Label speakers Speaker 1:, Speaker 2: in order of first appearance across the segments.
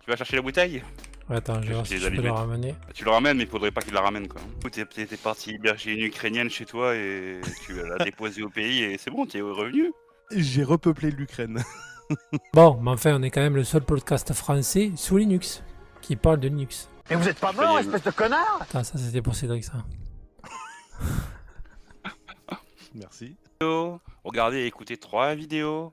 Speaker 1: Tu vas chercher la bouteille
Speaker 2: Attends, je vais voir
Speaker 1: J'ai
Speaker 2: si
Speaker 1: des
Speaker 2: je peux le
Speaker 1: allumettes.
Speaker 2: ramener.
Speaker 1: Tu le ramènes, mais il faudrait pas qu'il la ramène quoi. Écoute, T'es t'es- t'es parti héberger une Ukrainienne chez toi et tu l'as déposée au pays et c'est bon, t'es revenu.
Speaker 3: J'ai repeuplé l'Ukraine.
Speaker 2: Bon, mais enfin, on est quand même le seul podcast français sous Linux qui parle de Linux.
Speaker 4: Mais vous êtes pas
Speaker 1: blanc, Incroyable.
Speaker 4: de connard
Speaker 2: Attends, ça c'était pour Cédric,
Speaker 1: Bah,
Speaker 2: ça.
Speaker 3: Merci.
Speaker 1: Vidéo, Regardez et écoutez trois vidéos.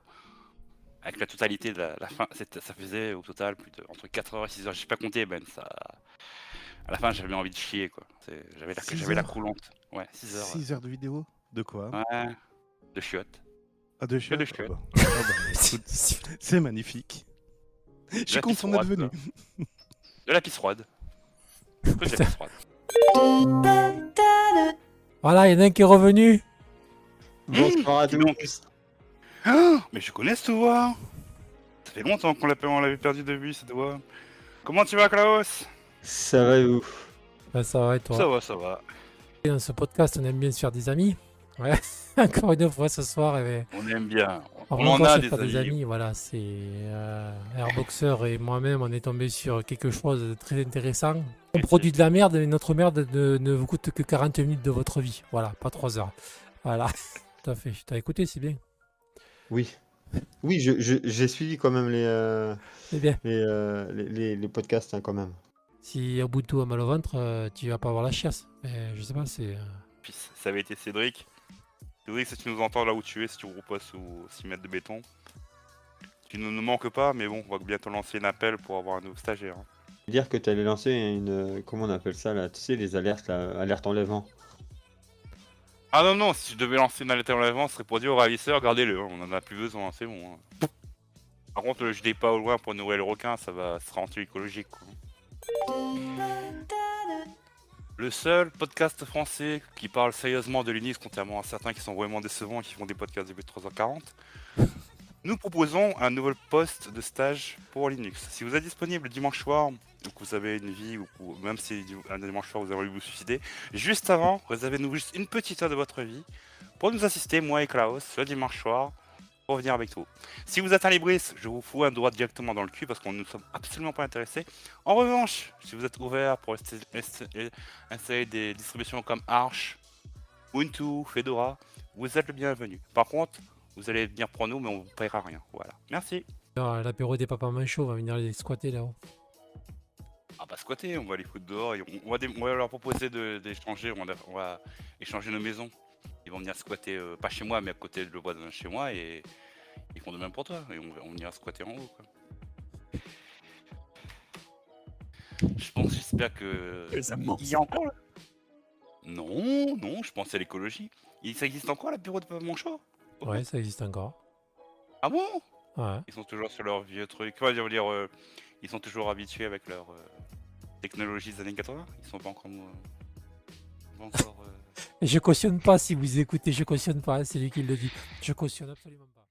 Speaker 1: Avec la totalité de la, la fin, c'était- ça faisait au total plus de, entre 4h et 6h. J'ai pas compté, Ben. Ça... À la fin, j'avais envie de chier quoi. C'est- J'avais la,
Speaker 3: Six
Speaker 1: j'avais la
Speaker 3: heures.
Speaker 1: croulante. Ouais, 6h.
Speaker 3: 6 heures de vidéo De quoi
Speaker 1: Ouais. De chiottes.
Speaker 3: Ah, de chiottes
Speaker 1: de chiottes.
Speaker 3: Ah bah. Ah bah, écoute, C'est magnifique. Je suis
Speaker 1: la
Speaker 3: content
Speaker 1: pisse
Speaker 3: d'être
Speaker 1: froide,
Speaker 3: venu.
Speaker 1: De la pisse froide. Que de la
Speaker 2: Putain.
Speaker 1: pisse froide.
Speaker 2: Voilà, il y en a un qui est revenu.
Speaker 5: Bonsoir à
Speaker 1: Dis
Speaker 5: tous.
Speaker 1: donc. Ah, mais je connais ce doigt Ça fait longtemps qu'on l'a- on l'avait perdu de vue, ce doigt. Comment tu vas, Klaus
Speaker 5: Ça va et vous
Speaker 2: Ben, ça va et toi
Speaker 1: Ça va, ça va.
Speaker 2: Dans ce podcast, on aime bien se faire des amis. Ouais, encore une fois ce soir. eh ben,
Speaker 1: On aime bien.
Speaker 2: on
Speaker 1: On,
Speaker 2: va
Speaker 1: en
Speaker 2: encore
Speaker 1: a
Speaker 2: se
Speaker 1: des
Speaker 2: faire
Speaker 1: amis.
Speaker 2: des amis. Voilà, c'est euh, Airboxer et moi-même, on est tombé sur quelque chose de très intéressant. On
Speaker 1: Et
Speaker 2: produit de la merde, mais notre merde ne, ne vous coûte que 40 minutes de votre vie. Voilà, pas 3 heures. Voilà, tout à fait. T'as écouté, c'est bien.
Speaker 5: Oui. Oui, je- je- j'ai suivi quand même les, euh,
Speaker 2: C'est Eh bien.
Speaker 5: les, euh, les, les- les podcasts hein, quand même.
Speaker 2: Si au bout de tout a mal au ventre, euh, tu vas pas avoir la chiasse. Mais je sais pas, c'est. euh,
Speaker 1: Puis, ça avait été Cédric. Cédric, si tu nous entends là où tu es, si tu roules pas sous 6 mètres de béton, tu ne nous manques pas, mais bon, on va bientôt lancer un appel pour avoir un nouveau stagiaire. hein.
Speaker 5: Dire que tu allais lancer une. euh, Comment on appelle ça là Tu sais, les alertes, là, alerte enlèvement.
Speaker 1: Ah non, non, si je devais lancer une alerte en avant, ce serait pour dire aux ravisseurs, gardez-le, hein, on en a plus besoin, hein, c'est bon. hein. Par contre, le jetez pas au loin pour nourrir le requin, ça va, ça sera anti-écologique. quoi. Le seul podcast français qui parle sérieusement de Linux, contrairement à certains qui sont vraiment décevants et qui font des podcasts depuis 3h40, nous proposons un nouveau poste de stage pour Linux. Si vous êtes disponible dimanche soir, ou que vous avez une vie, ou, ou même si di- un dimanche soir vous avez envie de vous suicider, juste avant, réservez-nous juste une petite heure de votre vie pour nous assister, moi et Klaus, le dimanche soir, pour venir avec vous. Si vous êtes un libriste, je vous fous un doigt directement dans le cul parce qu'on ne nous sommes absolument pas intéressés. En revanche, si vous êtes ouvert pour esti- esti- euh, installer des distributions comme Arch, Ubuntu, Fedora, vous êtes le bienvenu. Par contre, vous allez venir pour nous, mais on vous paiera rien. Voilà. Merci.
Speaker 2: Alors, L'apéro des papas manchots va venir les squatter là-haut.
Speaker 1: Ah bah squatter, on va les foutre dehors et on, on va, dé- on va leur proposer de- d'échanger, on, va- on va échanger nos maisons. Ils vont venir squatter, euh, pas chez moi, mais à côté de le voisin chez moi et ils font de même pour toi. Et on, on ira squatter en haut quoi. Je pense, j'espère que... Il y a encore là Non, non, je pense à l'écologie. Il- Ça existe encore la bureau de Papa Manchot
Speaker 2: Ouais, ça existe encore.
Speaker 1: Ah bon
Speaker 2: Ouais.
Speaker 1: Ils sont toujours sur leur vieux truc. Enfin, je veux dire, euh, ils sont toujours habitués avec leur euh, technologie des années 80. Ils sont pas encore. euh, pas encore euh,
Speaker 2: Et je cautionne pas si vous écoutez, je cautionne pas, hein, c'est lui qui le dit. Je cautionne absolument pas.